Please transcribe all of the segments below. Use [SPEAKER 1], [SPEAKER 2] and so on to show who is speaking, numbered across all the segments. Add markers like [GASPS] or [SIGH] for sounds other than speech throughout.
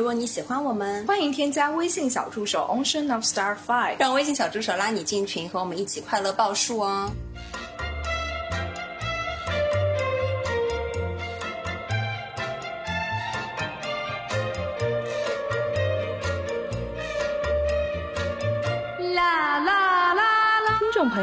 [SPEAKER 1] 如果你喜欢我们，
[SPEAKER 2] 欢迎添加微信小助手 Ocean of Star Five。
[SPEAKER 1] 让微信小助手拉你进群，和我们一起快乐报数哦。
[SPEAKER 3] 听众朋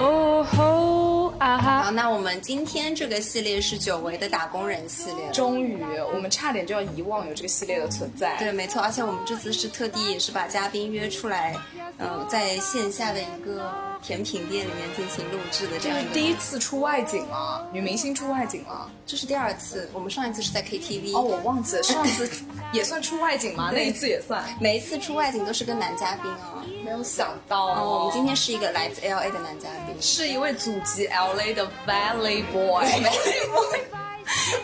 [SPEAKER 2] 哦吼啊哈！
[SPEAKER 1] 好，那我们今天这个系列是久违的打工人系列了。
[SPEAKER 2] 终于，我们差点就要遗忘有这个系列的存在。
[SPEAKER 1] 对，没错，而且我们这次是特地也是把嘉宾约出来，呃，在线下的一个甜品店里面进行录制的这
[SPEAKER 2] 这
[SPEAKER 1] 样
[SPEAKER 2] 是
[SPEAKER 1] 一个。
[SPEAKER 2] 第一，次出外景了，女明星出外景了。
[SPEAKER 1] 这是第二次，我们上一次是在 KTV。
[SPEAKER 2] 哦，我忘记了，上次也算出外景吗？那一次也算。
[SPEAKER 1] 每一次出外景都是跟男嘉宾哦。
[SPEAKER 2] 没有想到，
[SPEAKER 1] 哦，我们今天是一个来自 LA 的男嘉宾。
[SPEAKER 2] 是一位祖籍 LA 的 Valley
[SPEAKER 1] [LAUGHS]
[SPEAKER 2] Boy，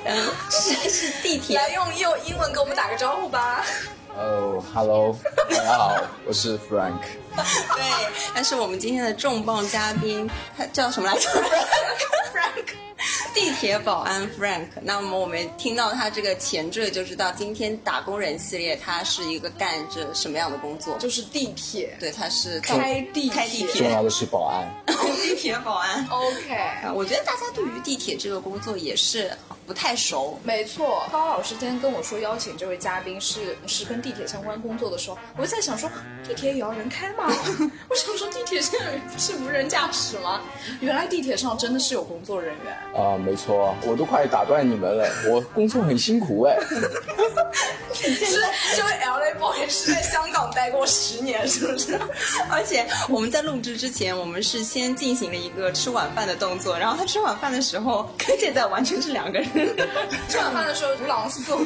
[SPEAKER 1] 嗯， [LAUGHS] 是是地铁
[SPEAKER 2] [LAUGHS] 来用用英文给我们打个招呼吧。
[SPEAKER 4] 哦、h e l l o 大家好，我是
[SPEAKER 1] [LAUGHS]
[SPEAKER 4] Frank。
[SPEAKER 1] 对，但是我们今天的重磅嘉宾，他叫什么来着 [LAUGHS] ？Frank，地铁保安 Frank。那么我们听到他这个前缀，就知道今天打工人系列他是一个干着什么样的工作？
[SPEAKER 2] 就是地铁，
[SPEAKER 1] 对，他是
[SPEAKER 2] 开地铁
[SPEAKER 1] 开地
[SPEAKER 4] 重
[SPEAKER 1] [LAUGHS] 铁，哦
[SPEAKER 4] 要的是保安，
[SPEAKER 1] 地铁保安。
[SPEAKER 2] OK，
[SPEAKER 1] 啊我觉得大家对于地铁这个工作也是不太熟，
[SPEAKER 2] 没错。高老师今天跟我说邀请这位嘉宾是是跟地铁相关工作的时候，我就在想说地铁也要人开 [LAUGHS] 吗？我想说地铁是是无人驾驶吗？原来地铁上真的是有工作人员。
[SPEAKER 4] 啊、没错，我都快打断你们了，我工作很辛苦
[SPEAKER 1] [LAUGHS]
[SPEAKER 4] 哎。
[SPEAKER 2] 是这位 LA boy 是在香港待过十年，是不是？
[SPEAKER 1] 而且我们在录制之前，我们是先进行了一个吃晚饭的动作，然后他吃晚饭的时候跟现在完全是两个人。
[SPEAKER 2] 吃晚饭的时候如狼似虎，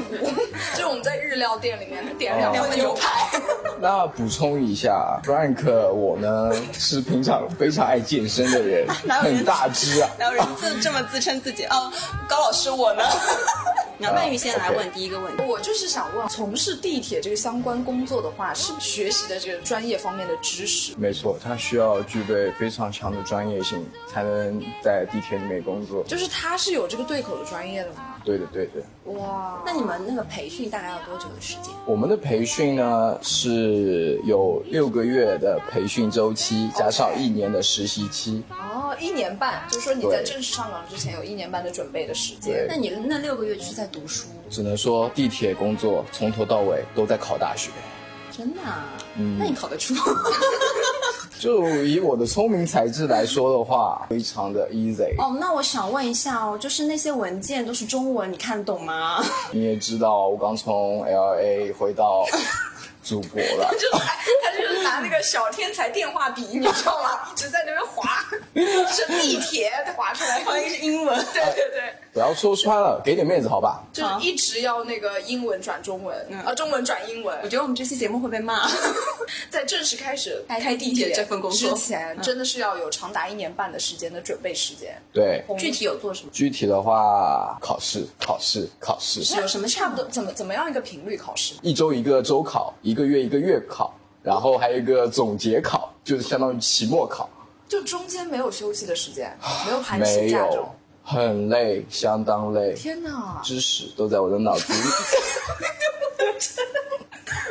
[SPEAKER 2] 就是我们在日料店里面，他点了两
[SPEAKER 1] 哦
[SPEAKER 2] 份牛排。
[SPEAKER 1] [LAUGHS]
[SPEAKER 4] 那补充一下，Frank 我呢是平常非常爱健身的人，
[SPEAKER 1] [LAUGHS] 哪有人
[SPEAKER 4] 很大只
[SPEAKER 1] [LAUGHS]
[SPEAKER 4] 啊。
[SPEAKER 1] 然后人自这么自称自己哦，高老师我呢？ [LAUGHS] 那曼玉先来问
[SPEAKER 4] OK
[SPEAKER 1] 第一个问题，
[SPEAKER 2] 我就是想问，从事地铁这个相关工作的话，是不是学习的这个专业方面的知识？
[SPEAKER 4] 没错，他需要具备非常强的专业性，才能在地铁里面工作。
[SPEAKER 2] 就是他是有这个对口的专业的吗？
[SPEAKER 4] 对的，对的。
[SPEAKER 2] 哇，
[SPEAKER 1] 那你们那个培训大概要多久的时间？
[SPEAKER 4] 我们的培训呢是有六个月的培训周期，加上一年的实习期。
[SPEAKER 2] 哦，一年半，就是说你在
[SPEAKER 4] 对
[SPEAKER 2] 正式上岗之前有一年半的准备的时间。
[SPEAKER 4] 对
[SPEAKER 1] 那你那六个月就是在读书，
[SPEAKER 4] 只能说地铁工作从头到尾都在考大学。
[SPEAKER 1] 真的、啊？那你考得出？
[SPEAKER 4] 就以我的聪明才智来说的话，非常的 easy。
[SPEAKER 1] 哦，那我想问一下哦，就是那些文件都是中文，你看懂吗？
[SPEAKER 4] 你也知道，我刚从 L A 回到祖国了。
[SPEAKER 2] 他就是拿那个小天才电话笔，你知道吗？一直在那边
[SPEAKER 1] [LAUGHS]
[SPEAKER 2] 划，是地铁划出来，
[SPEAKER 1] 好像哦是英文。
[SPEAKER 2] 对对对，
[SPEAKER 4] 不要说穿了，给点面子好吧？
[SPEAKER 2] 就是一直要那个英文转中文，啊、中文转英文
[SPEAKER 1] [LAUGHS] 嗯我。觉得我们这期节目会被骂。
[SPEAKER 2] 在正式开始
[SPEAKER 1] 开
[SPEAKER 2] 开
[SPEAKER 1] 地
[SPEAKER 2] 地
[SPEAKER 1] 铁
[SPEAKER 2] 铁
[SPEAKER 1] 这份工作嗯
[SPEAKER 2] 之前，真的是要有长达一年半的时间的准备时间。
[SPEAKER 4] 对，
[SPEAKER 1] 具体有做什么？
[SPEAKER 4] 具体的话，考试，考试，考试，
[SPEAKER 1] 有什么
[SPEAKER 2] 差不多？怎么怎么样一个频率考试？
[SPEAKER 4] 一周一个周考，一个月一个月考，然后还有一个总结考，就是相当于期末考。
[SPEAKER 2] 就中间没有休息的时间，没有寒暑
[SPEAKER 4] 啊没
[SPEAKER 2] 假这
[SPEAKER 4] 有
[SPEAKER 2] 种。，
[SPEAKER 4] 很累，相当累，
[SPEAKER 2] 天哪！
[SPEAKER 4] 知识都在我的脑子里。
[SPEAKER 1] [LAUGHS]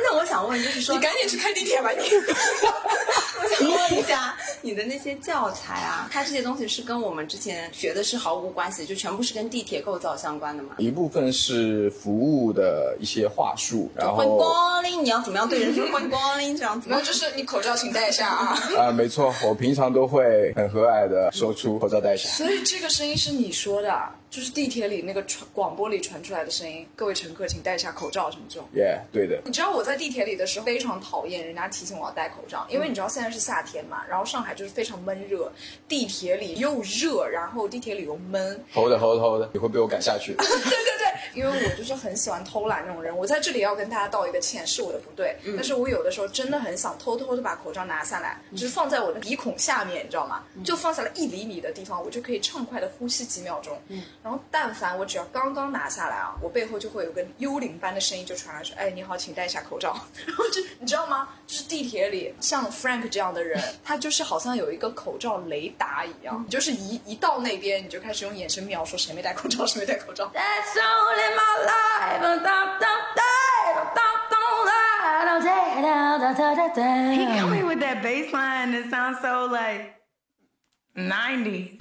[SPEAKER 1] 那我想问，就是说，
[SPEAKER 2] 你赶紧去开地铁吧 [LAUGHS] 你。
[SPEAKER 1] 我想问一 [LAUGHS] 下，你的那些教材啊，它这些东西是跟我们之前学的是毫无关系，就全部是跟地铁构造相关的吗？
[SPEAKER 4] 一部分是服务的一些话术，然
[SPEAKER 1] 欢迎
[SPEAKER 4] 后
[SPEAKER 1] 光临，你要怎么样对人说欢迎光临这样子
[SPEAKER 2] 然
[SPEAKER 1] 吗
[SPEAKER 2] 后？就是你口罩请戴一下啊。 [LAUGHS]
[SPEAKER 4] 啊、没错，我平常都会很和蔼的说出口罩戴上。
[SPEAKER 2] 所以这个声音是你说的，啊就是地铁里那个传广播里传出来的声音。各位乘客，请戴一下口罩什么这种。
[SPEAKER 4] 耶、对的，
[SPEAKER 2] 你知道我在地铁里的时候非常讨厌人家提醒我要戴口罩，因为你知道现在是夏天嘛，然后上海就是非常闷热，地铁里又热，然后地铁里又闷，
[SPEAKER 4] hold 的 hold 的 hold 的，你会被我赶下去。
[SPEAKER 2] [LAUGHS] 对对对，因为我就是很喜欢偷懒那种人。我在这里要跟大家道一个歉，是我的不对。但是我有的时候真的很想偷偷的把口罩拿下来，就是放在我的鼻孔下面，你知道吗？就放下来一厘米的地方，我就可以畅快的呼吸几秒钟。然后但凡我只要刚刚拿下来啊，我背后就会有个幽灵般的声音就传来说：“哎，你好，请戴一下口罩。” [LAUGHS] 然后就你知道吗？就是地铁里像 Frank 这样的人，他就是好像有一个口罩雷达一样，你就是一一到那边你就开始用眼神瞄说谁没戴口罩，谁没戴口罩。
[SPEAKER 5] That's only my life. Dum, dum, dum, dum, dum, dum, da, da, da, da, da, da, da.
[SPEAKER 6] He coming with that bass line that sounds so like 90s.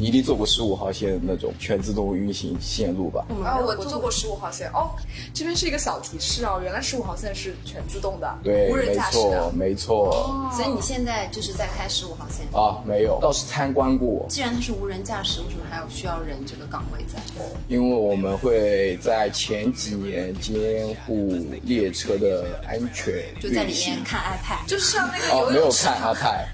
[SPEAKER 4] 你一定坐过十五号线那种全自动运行线路吧？
[SPEAKER 2] 啊，我坐过十五号线哦，这边是一个小提示哦，原来十五号线是全自动的，
[SPEAKER 4] 对，
[SPEAKER 2] 无人
[SPEAKER 4] 没
[SPEAKER 2] 驾驶的哦
[SPEAKER 4] 错，。没错。
[SPEAKER 1] 所以你现在就是在开十五号线。
[SPEAKER 4] 啊，没有，倒是参观过，
[SPEAKER 1] 既然它是无人驾驶，为什么还有需要人这个岗位在？
[SPEAKER 4] 因为我们会在前几年监护列车的安全
[SPEAKER 1] 就在
[SPEAKER 4] 运
[SPEAKER 1] 里
[SPEAKER 4] 行
[SPEAKER 1] 面看 iPad，
[SPEAKER 2] 就是像那个
[SPEAKER 4] 哦，
[SPEAKER 2] 游
[SPEAKER 4] 没有
[SPEAKER 2] 泳池，
[SPEAKER 4] 看阿泰，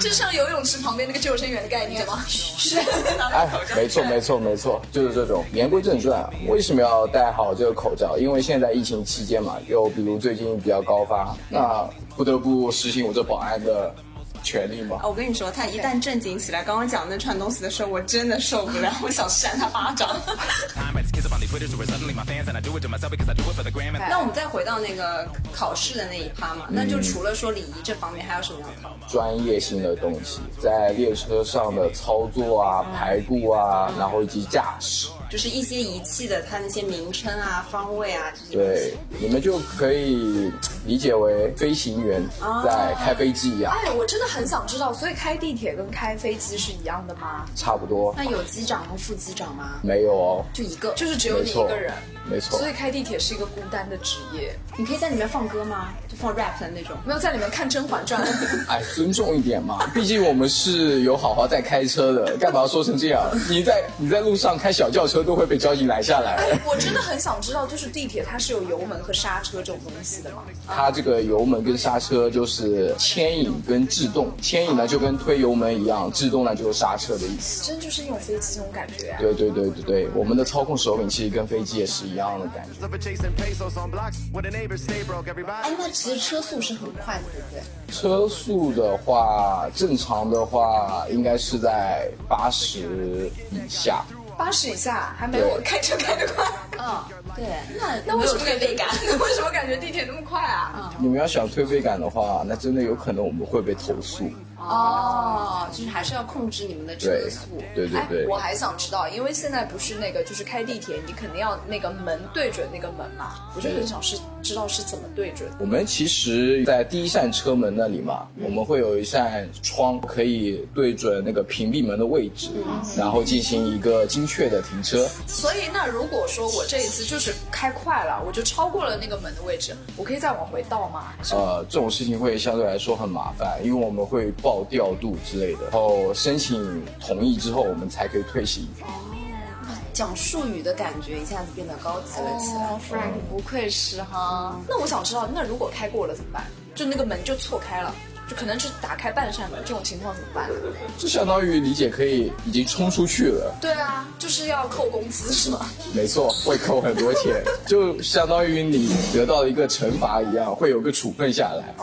[SPEAKER 2] 就像游泳池旁边那个救生员的概念吗？是，
[SPEAKER 4] 哎，没错，没错，没错，就是这种。言归正传，啊为什么要戴好这个口罩？因为现在疫情期间嘛，又比如最近比较高发，那不得不实行我这保安的权利嘛
[SPEAKER 1] 啊，。我跟你说，他一旦正经起来，刚刚讲那串东西的时候，我真的受不了，我想扇他巴掌。
[SPEAKER 7] time. I just kiss up on these Twitters who are suddenly my fans, and I do it to myself because I do it for the gram. And 嗯
[SPEAKER 1] 那我们再回到那个考试的那一趴嘛，那就除了说礼仪这方面，还有什么要考？
[SPEAKER 4] 专业性的东西，在列车上的操作啊、排布啊，然后以及驾驶。
[SPEAKER 1] 就是一些仪器的它那些名称啊、方位啊这些东
[SPEAKER 4] 对
[SPEAKER 1] 西。，
[SPEAKER 4] 你们就可以理解为飞行员在开飞机一样，
[SPEAKER 2] [LAUGHS] 哎，我真的很想知道，所以开地铁跟开飞机是一样的吗？
[SPEAKER 4] 差不多。
[SPEAKER 1] 那有机长和副机长吗？
[SPEAKER 4] 没有哦，
[SPEAKER 1] 就一个，
[SPEAKER 2] 就是只有
[SPEAKER 4] 没
[SPEAKER 2] 你一
[SPEAKER 4] 错
[SPEAKER 2] 个人，，
[SPEAKER 4] 没错
[SPEAKER 2] 所。以开地铁是一个孤单的职业。
[SPEAKER 1] 你可以在里面放歌吗？就放 rap 的那种。
[SPEAKER 2] 没有在里面看《甄嬛传》， [LAUGHS]
[SPEAKER 4] 哎，尊重一点嘛，毕竟我们是有好好在开车的，干嘛说成这样？你在你在路上开小轿车都会被交警拦下来。
[SPEAKER 2] 哎我真的很想知道，就是地铁它是有油门和刹车这种东西的吗？
[SPEAKER 4] 它这个油门跟刹车就是牵引跟制动，牵引呢就跟推油门一样，制动呢就是刹车的意思。
[SPEAKER 2] 真就是那种飞机那种感觉、啊。
[SPEAKER 4] 对对对对对，我们的操控手柄其实跟飞机也是一样的感觉。
[SPEAKER 7] I've been chasing pesos on blocks where the neighbors stay broke. Everybody.
[SPEAKER 1] 哎，那其实车速是很快的，对不对？
[SPEAKER 4] 车速的话，正常的话应该是在八十以下。
[SPEAKER 2] 八十以下还没有我开车开得快，
[SPEAKER 1] 对，那
[SPEAKER 2] 那为什么感觉
[SPEAKER 1] 倍感？
[SPEAKER 2] [LAUGHS] 为什么感觉地铁那么快啊？
[SPEAKER 4] 你们要想推背感的话，那真的有可能我们会被投诉。
[SPEAKER 1] 哦，就是还是要控制你们的车
[SPEAKER 4] 对
[SPEAKER 1] 速。，
[SPEAKER 4] 对对对
[SPEAKER 2] 哎我，还想知道，因为现在不是那个，就是开地铁，你肯定要那个门对准那个门嘛，我就很想是知道是怎么对准。
[SPEAKER 4] 我们其实，在第一扇车门那里嘛，我们会有一扇窗，可以对准那个屏蔽门的位置，然后进行一个精确的停车。
[SPEAKER 2] 所以，那如果说我这一次就是开快了，我就超过了那个门的位置，我可以再往回倒吗？还是
[SPEAKER 4] 呃，这种事情会相对来说很麻烦，因为我们会报调度之类的，然后申请同意之后，我们才可以推行。
[SPEAKER 1] 讲术语的感觉一下子变得高级了起来。
[SPEAKER 2] 哦 Frank 不愧是哈。那我想知道，那如果开过了怎么办？就那个门就错开了，就可能是打开半扇门，这种情况怎么办？
[SPEAKER 4] 这相当于理解可以已经冲出去了。
[SPEAKER 2] 对啊，就是要扣工资是吗？
[SPEAKER 4] 没错，会扣很多钱，就相当于你得到一个惩罚一样，会有个处分下来。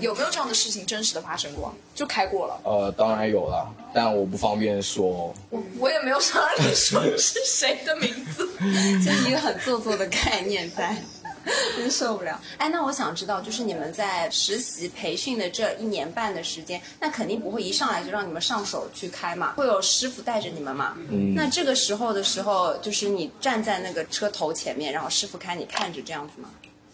[SPEAKER 2] 有没有这样的事情真实的发生过？就开过了，
[SPEAKER 4] 呃，当然有了，但我不方便说。
[SPEAKER 2] 我我也没有想让你说是谁的名 [LAUGHS] 字。
[SPEAKER 1] 就是一个很做作的概念在，真受不了。哎，那我想知道，就是你们在实习培训的这一年半的时间，那肯定不会一上来就让你们上手去开嘛，会有师傅带着你们嘛。嗯。那这个时候的时候，就是你站在那个车头前面，然后师傅开，你看着这样子吗？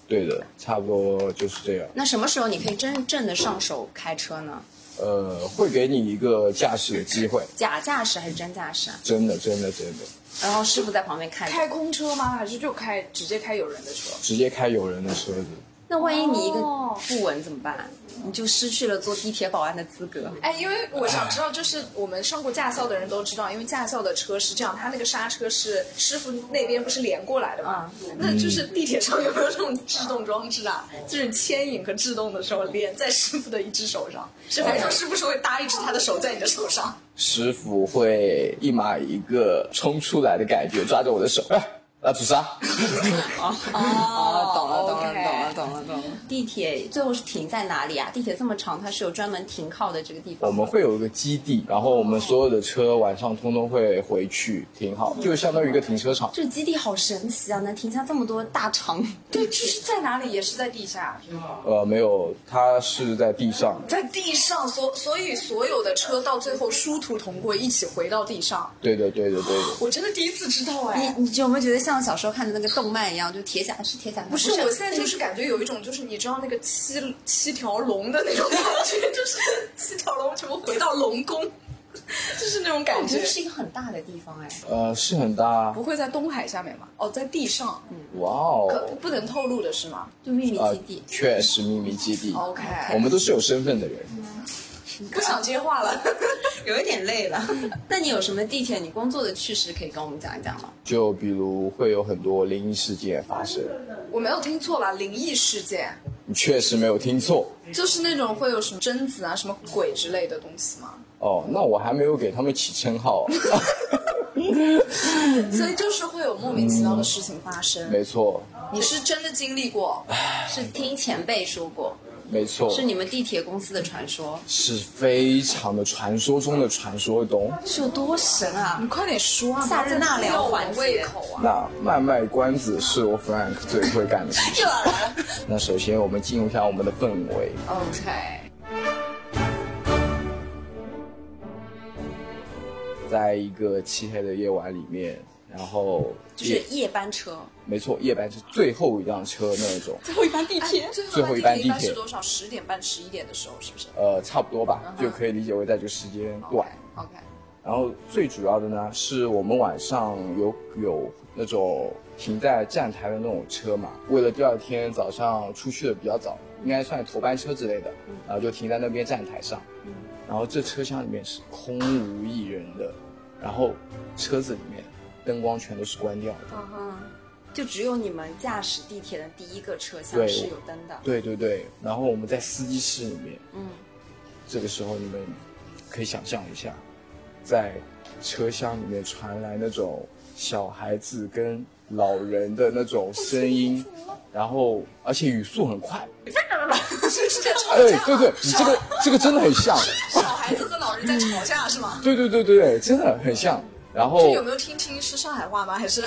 [SPEAKER 4] 对的，差不多就是这样。
[SPEAKER 1] 那什么时候你可以真正的上手开车呢？
[SPEAKER 4] 呃，会给你一个驾驶的机会，
[SPEAKER 1] 假驾驶还是真驾驶啊？
[SPEAKER 4] 真的，真的，真的，
[SPEAKER 1] 然后师傅在旁边看着。
[SPEAKER 2] 开空车吗？还是就开直接开有人的车？
[SPEAKER 4] 直接开有人的车子。
[SPEAKER 1] 那万一你一个
[SPEAKER 2] 哦
[SPEAKER 1] 不稳怎么办？你就失去了做地铁保安的资格。
[SPEAKER 2] 哎，因为我想知道，就是我们上过驾校的人都知道，因为驾校的车是这样，它那个刹车是师傅那边不是连过来的嘛？那就是地铁上有没有这种制动装置啊？就是牵引和制动的时候，连在师傅的一只手上，是反正师傅是会搭一只他的手在你的手上。
[SPEAKER 4] 师傅会一马一个冲出来的感觉，抓着我的手，哎，拉主刹。
[SPEAKER 1] 哦，懂了，懂了，
[SPEAKER 2] OK
[SPEAKER 1] 懂了，懂了，懂了。地铁最后是停在哪里啊？地铁这么长，它是有专门停靠的这个地方。
[SPEAKER 4] [LAUGHS] 我们会有一个基地，然后我们所有的车晚上通通会回去停好，就相当于一个停车场。
[SPEAKER 1] 这个基地好神奇啊，能停下这么多大长。
[SPEAKER 2] 对，就是在哪里也是在地下，
[SPEAKER 4] 呃，没有，它是在地上。
[SPEAKER 2] 在地上，所所以所有的车到最后殊途同归，一起回到地上。
[SPEAKER 4] 对的，对的，对的。
[SPEAKER 2] 我真的第一次知道哎。
[SPEAKER 1] [LAUGHS] 你你有没有觉得像小时候看的那个动漫一样，就铁甲是铁甲？
[SPEAKER 2] 不是，我现在就是感觉有一种，就是你知道那个七七条龙的那种感觉，就是七条龙全部回到龙宫， [LAUGHS] 就是那种
[SPEAKER 1] 我
[SPEAKER 2] 感
[SPEAKER 1] 觉
[SPEAKER 2] 觉
[SPEAKER 1] 得。是一个很大的地方哎。
[SPEAKER 4] 呃，是很大。
[SPEAKER 2] 不会在东海下面吧？哦，在地上，嗯，
[SPEAKER 4] 哇哦
[SPEAKER 2] 可。不能透露的是吗？
[SPEAKER 1] 就秘密
[SPEAKER 4] 呃
[SPEAKER 1] 基地，，
[SPEAKER 4] 确实秘密基地。
[SPEAKER 2] OK
[SPEAKER 4] 我们都是有身份的人。
[SPEAKER 2] 不想接话 [LAUGHS] 了。
[SPEAKER 1] [LAUGHS] 有一点累 [LAUGHS] 了。那你有什么地铁你工作的趣事可以跟我们讲一讲吗？
[SPEAKER 4] 就比如会有很多灵异事件发生，
[SPEAKER 2] 我没有听错吧？灵异事件
[SPEAKER 4] 你确实没有听错
[SPEAKER 2] 就是那种会有什么贞子啊、什么鬼之类的东西吗？
[SPEAKER 4] 哦。那我还没有给他们起称
[SPEAKER 1] [LAUGHS]
[SPEAKER 4] 号。
[SPEAKER 2] 所以就是会有莫名其妙的事情发生。
[SPEAKER 4] 没错，
[SPEAKER 2] 你是真的经历过？
[SPEAKER 1] 是听前辈说过，
[SPEAKER 4] 没错，
[SPEAKER 1] 是你们地铁公司的传说，
[SPEAKER 4] 是非常的传说中的传说，懂？
[SPEAKER 1] 是有多神啊
[SPEAKER 2] 你！快点说啊！
[SPEAKER 1] 下次纳凉环
[SPEAKER 2] 玩
[SPEAKER 1] 节
[SPEAKER 2] 胃口啊！
[SPEAKER 4] 那卖卖关子是我 Frank 最会干的事情。那首先我们进入一下我们的氛围。
[SPEAKER 2] OK，
[SPEAKER 4] 在一个漆黑的夜晚里面，然后
[SPEAKER 1] 就是
[SPEAKER 4] 夜
[SPEAKER 1] 夜班车，
[SPEAKER 4] 没错，夜班是最后一辆车那种，
[SPEAKER 1] 最后一班地铁。
[SPEAKER 2] 最
[SPEAKER 4] 后
[SPEAKER 2] 后
[SPEAKER 4] 一
[SPEAKER 2] 一
[SPEAKER 4] 班
[SPEAKER 2] 班
[SPEAKER 4] 地
[SPEAKER 2] 地铁一
[SPEAKER 4] 铁
[SPEAKER 2] 般是多少？十点半、十一点的时候，是不是
[SPEAKER 4] 呃，差不多吧，就可以理解为在这个时间段。
[SPEAKER 2] ？OK，
[SPEAKER 4] 然后最主要的呢，是我们晚上有有那种停在站台的那种车嘛，为了第二天早上出去的比较早，应该算头班车之类的，然后就停在那边站台上。然后这车厢里面是空无一人的，然后车子里面灯光全都是关掉的。
[SPEAKER 1] 就只有你们驾驶地铁的第一个车厢
[SPEAKER 4] 对
[SPEAKER 1] 是有灯的。
[SPEAKER 4] 对对对，然后我们在司机室里面，嗯，这个时候你们可以想象一下，在车厢里面传来那种小孩子跟老人的那种声音，然后而且语速很快，
[SPEAKER 2] 是在吵
[SPEAKER 4] 哎，对对，你这个这个真的很像，
[SPEAKER 2] 小孩子和老人在吵架是吗？
[SPEAKER 4] 对对对对对，真的很像。然后
[SPEAKER 2] 就有没有听听是上海话吗？还是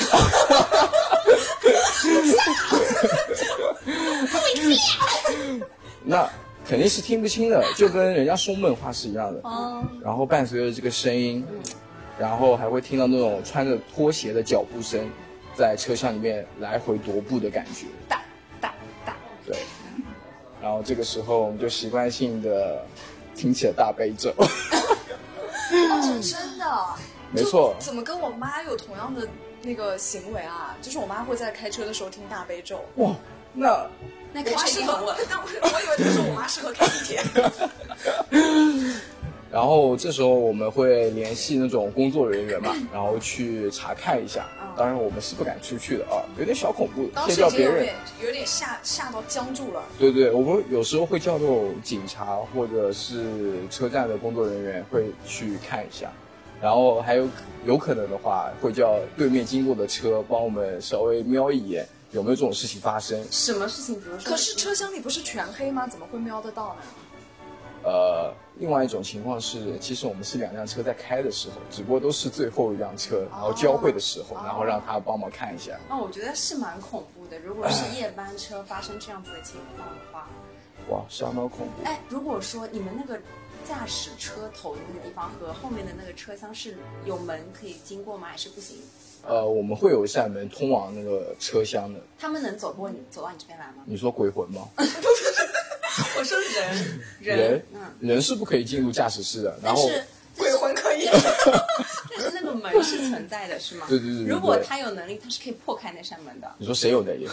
[SPEAKER 4] 那肯定是听不清的，就跟人家说梦话是一样的。
[SPEAKER 2] 哦
[SPEAKER 4] 然后伴随着这个声音，然后还会听到那种穿着拖鞋的脚步声，在车厢里面来回踱步的感觉。
[SPEAKER 2] 哒哒哒？
[SPEAKER 4] 对。然后这个时候我们就习惯性的听起了大悲
[SPEAKER 2] [LAUGHS]
[SPEAKER 4] 咒。
[SPEAKER 2] 哦，是真的，
[SPEAKER 4] 没错
[SPEAKER 2] 就怎么跟我妈有同样的那个行为啊？就是我妈会在开车的时候听大悲咒。
[SPEAKER 4] 哇，那
[SPEAKER 1] 那
[SPEAKER 2] 我
[SPEAKER 1] 开
[SPEAKER 2] 妈
[SPEAKER 1] 车
[SPEAKER 2] 适
[SPEAKER 1] 也
[SPEAKER 2] 合
[SPEAKER 1] 很稳。，
[SPEAKER 2] 但我我以为就是我妈适合开地 [LAUGHS] 铁。
[SPEAKER 4] 然后这时候我们会联系那种工作人员嘛，
[SPEAKER 2] 嗯
[SPEAKER 4] 然后去查看一下。当然我们是不敢出去的啊，有点小恐怖，
[SPEAKER 2] 当
[SPEAKER 4] 先
[SPEAKER 2] 时
[SPEAKER 4] 叫
[SPEAKER 2] 已经
[SPEAKER 4] 别
[SPEAKER 2] 有
[SPEAKER 4] 人。
[SPEAKER 2] 点有点吓吓到僵住了。
[SPEAKER 4] 对对，我们有时候会叫那种警察或者是车站的工作人员会去看一下，然后还有有可能的话会叫对面经过的车帮我们稍微瞄一眼有没有这种事情发生。
[SPEAKER 1] 什么事情？比如说，
[SPEAKER 2] 可是车厢里不是全黑吗？怎么会瞄得到呢？ [LAUGHS]
[SPEAKER 4] 呃，另外一种情况是，其实我们是两辆车在开的时候，只不过都是最后一辆车，然后交汇的时候，然后让他帮忙看一下。
[SPEAKER 1] 哦，我觉得是蛮恐怖的。如果是夜班车发生这样子的情况的话，
[SPEAKER 4] 哇，相当恐怖。
[SPEAKER 1] 哎，如果说你们那个驾驶车头的那个地方和后面的那个车厢是有门可以经过吗？还是不行？
[SPEAKER 4] 呃，我们会有一扇门通往那个车厢的。
[SPEAKER 1] 他们能走过你，走到你这边来吗？
[SPEAKER 4] 你说鬼魂吗？
[SPEAKER 1] 我说人，
[SPEAKER 4] 人
[SPEAKER 1] 嗯，
[SPEAKER 4] 人是不可以进入驾驶室的。然
[SPEAKER 1] 但
[SPEAKER 4] 后。
[SPEAKER 1] 是
[SPEAKER 2] 鬼魂可以。
[SPEAKER 1] 但是那 [LAUGHS] 个门是存在的，是吗？
[SPEAKER 4] 对对对对对
[SPEAKER 1] 如果他有能力，他是可以破开那扇门的。
[SPEAKER 4] 你说谁有能力？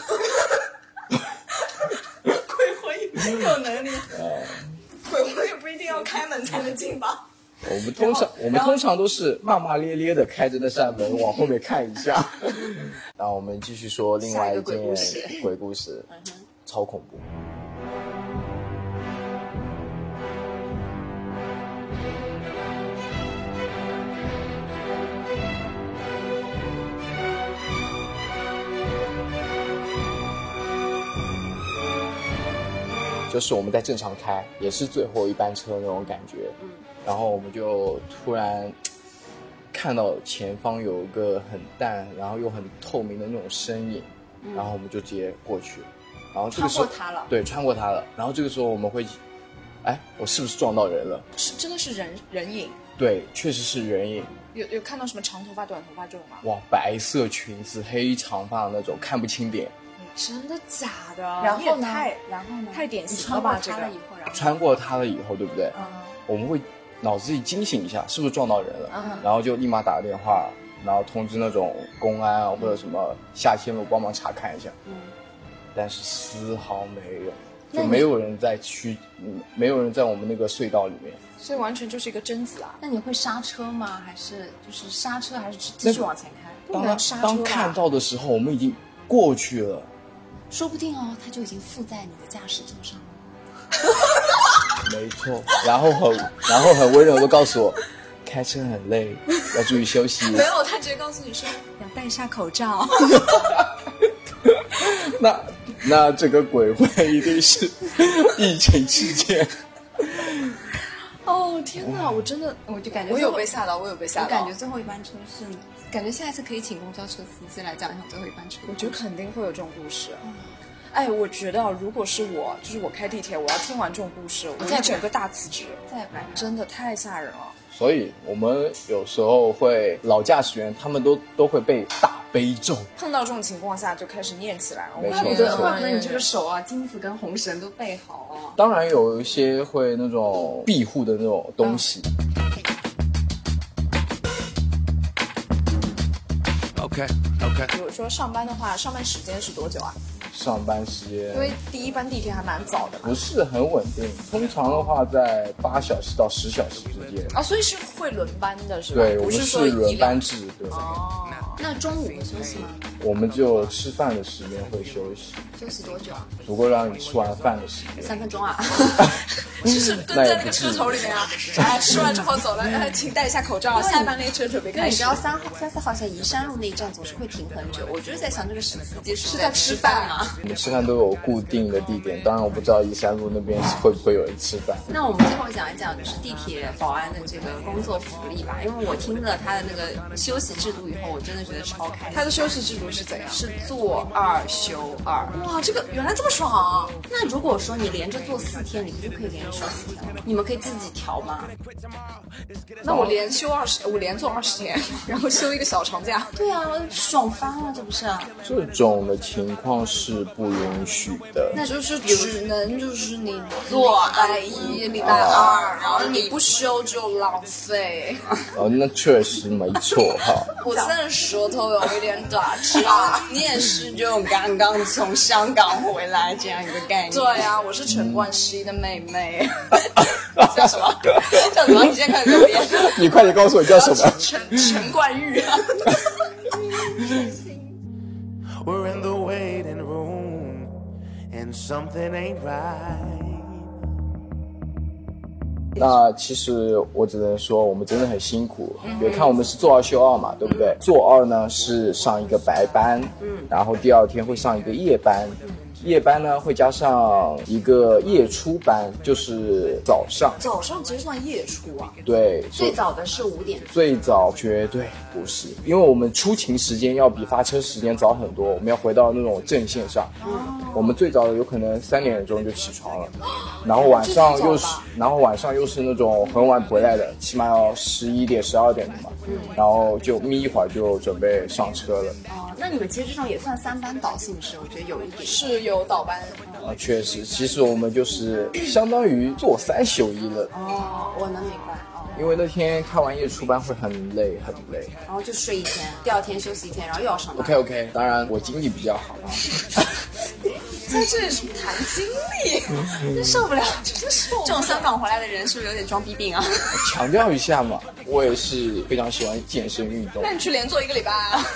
[SPEAKER 1] 有能力。鬼屋也不一定要开门才能进吧？
[SPEAKER 4] [LAUGHS] 我们通常我们通常都是骂骂咧咧的开着那扇门往后面看一下，然后我们继续说另
[SPEAKER 2] 下一
[SPEAKER 4] 外件
[SPEAKER 2] 个鬼故事嗯
[SPEAKER 4] 鬼故事，超恐怖。就是我们在正常开，也是最后一班车那种感觉。嗯，然后我们就突然看到前方有一个很淡，然后又很透明的那种身影，然后我们就直接过去，然后这个时
[SPEAKER 1] 嗯穿
[SPEAKER 4] 候
[SPEAKER 1] 过它了
[SPEAKER 4] 对，穿过它了。然后这个时候我们会，哎，我是不是撞到人了？
[SPEAKER 2] 是真的是人人影，
[SPEAKER 4] 对，确实是人影，
[SPEAKER 2] 有有看到什么长头发、短头发这种吗？
[SPEAKER 4] 哇，白色裙子、黑长发的那种，看不清点。
[SPEAKER 2] 嗯真的假的？
[SPEAKER 1] 然
[SPEAKER 2] 你也
[SPEAKER 1] 后呢
[SPEAKER 2] 太？
[SPEAKER 1] 然后呢？
[SPEAKER 2] 太典
[SPEAKER 1] 你
[SPEAKER 2] 型
[SPEAKER 1] 穿
[SPEAKER 2] 了
[SPEAKER 1] 过
[SPEAKER 2] 吧？这
[SPEAKER 1] 它
[SPEAKER 2] 个
[SPEAKER 1] 了以后，然后
[SPEAKER 4] 穿过它了以后，对不对？
[SPEAKER 1] 嗯
[SPEAKER 4] 我们会脑子里惊醒一下，是不是撞到人了？
[SPEAKER 1] 嗯
[SPEAKER 4] 然后就立马打个电话，然后通知那种公安啊或者什么下线路帮忙查看一下。嗯，但是丝毫没有，就没有人在区，嗯没有人在我们那个隧道里面。
[SPEAKER 2] 所以完全就是一个贞子啊！
[SPEAKER 1] 那你会刹车吗？还是就是刹车，还是继
[SPEAKER 4] 那
[SPEAKER 1] 继续往前开？
[SPEAKER 2] 能
[SPEAKER 4] 当
[SPEAKER 2] 刹车
[SPEAKER 4] 当
[SPEAKER 2] 吧
[SPEAKER 4] 看到的时候，我们已经过去了。
[SPEAKER 1] 说不定哦，它就已经附在你的驾驶座 [LAUGHS] 上了。
[SPEAKER 4] 没错，然后很，然后很温柔的告诉我，开车很累，要注意休息。
[SPEAKER 2] [LAUGHS] 没有，他直接告诉你说要戴下口罩。
[SPEAKER 4] 那那这个鬼会一定是疫情期间， [LAUGHS]
[SPEAKER 2] 哦天哪！我真的，
[SPEAKER 1] 我就感觉
[SPEAKER 2] 我有
[SPEAKER 1] 最后
[SPEAKER 2] 被吓到，我有被
[SPEAKER 1] 我
[SPEAKER 2] 吓到。
[SPEAKER 1] 感觉最后一班车是，感觉下一次可以请公交车司机来讲一下最后一班车。
[SPEAKER 2] 我觉得肯定会有这种故事。
[SPEAKER 1] 嗯
[SPEAKER 2] 哎，我觉得啊如果是我，就是我开地铁，我要听完这种故事，我
[SPEAKER 1] 再
[SPEAKER 2] 一
[SPEAKER 1] 不
[SPEAKER 2] 整个大辞职，
[SPEAKER 1] 再也不敢
[SPEAKER 2] 真的太吓人了。
[SPEAKER 4] 所以我们有时候会老驾驶员，他们都都会被大悲咒。
[SPEAKER 2] 碰到这种情况下就开始念起来了。
[SPEAKER 4] 没
[SPEAKER 2] 我
[SPEAKER 4] 错
[SPEAKER 1] 怪
[SPEAKER 2] 觉
[SPEAKER 1] 不得，
[SPEAKER 2] 得
[SPEAKER 4] 没错
[SPEAKER 1] 怪不得你这个手啊，金子跟红绳都备好哦。
[SPEAKER 4] 当然有一些会那种庇护的那种东西，
[SPEAKER 2] 嗯
[SPEAKER 7] Okay, okay.
[SPEAKER 2] 比如说上班的话，上班时间是多久啊？
[SPEAKER 4] 上班时间
[SPEAKER 2] 因为第一班地铁还蛮早的嘛。
[SPEAKER 4] 不是很稳定，通常的话在八小时到十小时之间。
[SPEAKER 2] 啊，所以是会轮班的是吧？
[SPEAKER 4] 对，我
[SPEAKER 2] 不
[SPEAKER 4] 们
[SPEAKER 2] 是
[SPEAKER 4] 是
[SPEAKER 2] 说一
[SPEAKER 4] 轮
[SPEAKER 2] 辆
[SPEAKER 4] 班制，对，
[SPEAKER 2] 哦
[SPEAKER 1] 那中午会休息吗？
[SPEAKER 4] 我们只有吃饭的时间会休息，
[SPEAKER 1] 休息多久啊？
[SPEAKER 4] 足够让你吃完饭的时间。
[SPEAKER 1] 三分 [LAUGHS] 钟啊。
[SPEAKER 2] 就是蹲
[SPEAKER 4] 那也
[SPEAKER 2] 在那
[SPEAKER 4] 不
[SPEAKER 2] 个
[SPEAKER 4] 至
[SPEAKER 2] 车
[SPEAKER 4] 于
[SPEAKER 2] 头里面啊，哎，吃完之后走了，哎，请戴一下口罩，下班列车准备
[SPEAKER 1] 因为
[SPEAKER 2] 开
[SPEAKER 1] 你知
[SPEAKER 2] 始。
[SPEAKER 1] 道三号、三四号线宜山路那一站总是会停很久，我就是在想这个司机是
[SPEAKER 2] 是在
[SPEAKER 1] 在
[SPEAKER 2] 吃
[SPEAKER 1] 吃
[SPEAKER 2] 饭
[SPEAKER 1] 饭啊
[SPEAKER 2] 吗
[SPEAKER 1] 吗？
[SPEAKER 4] 我们吃饭都有固定的地点，当然我不知道一山路那边会不会有人吃饭。
[SPEAKER 1] 那我们最后讲一讲就是地铁保安的这个工作福利吧，因为我听了他的那个休息制度以后，我真的觉得超开心。
[SPEAKER 2] 他的休息制度是怎样？
[SPEAKER 1] 是做二休二。
[SPEAKER 2] 哇，这个原来这么爽啊！
[SPEAKER 1] 那如果说你连着做四天，你不就可以连着休四天吗？你们可以自己调吗？
[SPEAKER 2] 那我连休二十，我连做二十天，然后休一个小长假。
[SPEAKER 1] 对啊，爽翻了，这不是？啊
[SPEAKER 4] 这种的情况是不允许的。
[SPEAKER 2] 那就是只能嗯就是你
[SPEAKER 1] 做
[SPEAKER 2] 礼拜一、礼拜二，然后你不休就浪费。
[SPEAKER 4] 哦，那确实没错哈。
[SPEAKER 2] 我现在舌头有一点打
[SPEAKER 1] 是
[SPEAKER 2] 颤。 [LAUGHS]
[SPEAKER 1] 啊，你也是就刚刚从香港回来这样一个概念。
[SPEAKER 2] 对呀、我是陈冠希的妹妹。 [LAUGHS]
[SPEAKER 1] 叫什么？叫什么？你现在开始跟别人说
[SPEAKER 4] [LAUGHS] 你快点告诉我叫什么？
[SPEAKER 2] [LAUGHS] 陈陈冠玉，
[SPEAKER 8] We're in the waiting room, and something ain't right.
[SPEAKER 4] 那其实我只能说，我们真的很辛苦。别看我们是做二休二嘛，对不对？做二呢是上一个白班，嗯，然后第二天会上一个夜班，夜班呢会加上一个夜出班，就是早上。
[SPEAKER 2] 早上直接算夜出啊。
[SPEAKER 4] 对，所以
[SPEAKER 1] 最早的是五点，
[SPEAKER 4] 最早绝对不是，因为我们出勤时间要比发车时间早很多，我们要回到那种正线上。我们最早的有可能三点钟就起床了， [GASPS] 然后晚上又是，然后晚上又是那种很晚回来的，起码要十一点、十二点的嘛，然后就眯一会儿就准备上车了。
[SPEAKER 1] 哦，那你们其实这种也算三班倒是不是？我觉得有一点。
[SPEAKER 2] 是有倒班，
[SPEAKER 4] 啊，确实，其实我们就是相当于做三休一了，
[SPEAKER 1] 哦，我能明白。哦，
[SPEAKER 4] 因为那天开完夜出班会很累很累。
[SPEAKER 1] 然后就睡一天，第二天休息一天，然后又要上班。
[SPEAKER 4] OK OK，当然我精力比较好。
[SPEAKER 2] [LAUGHS] 在这里什么谈经历，真受不了，真受不了。
[SPEAKER 1] 这种香港回来的人是不是有点装逼病啊？
[SPEAKER 4] 强调一下嘛，我也是非常喜欢健身运动
[SPEAKER 2] 那。你去连坐一个礼拜 [LAUGHS] 啊！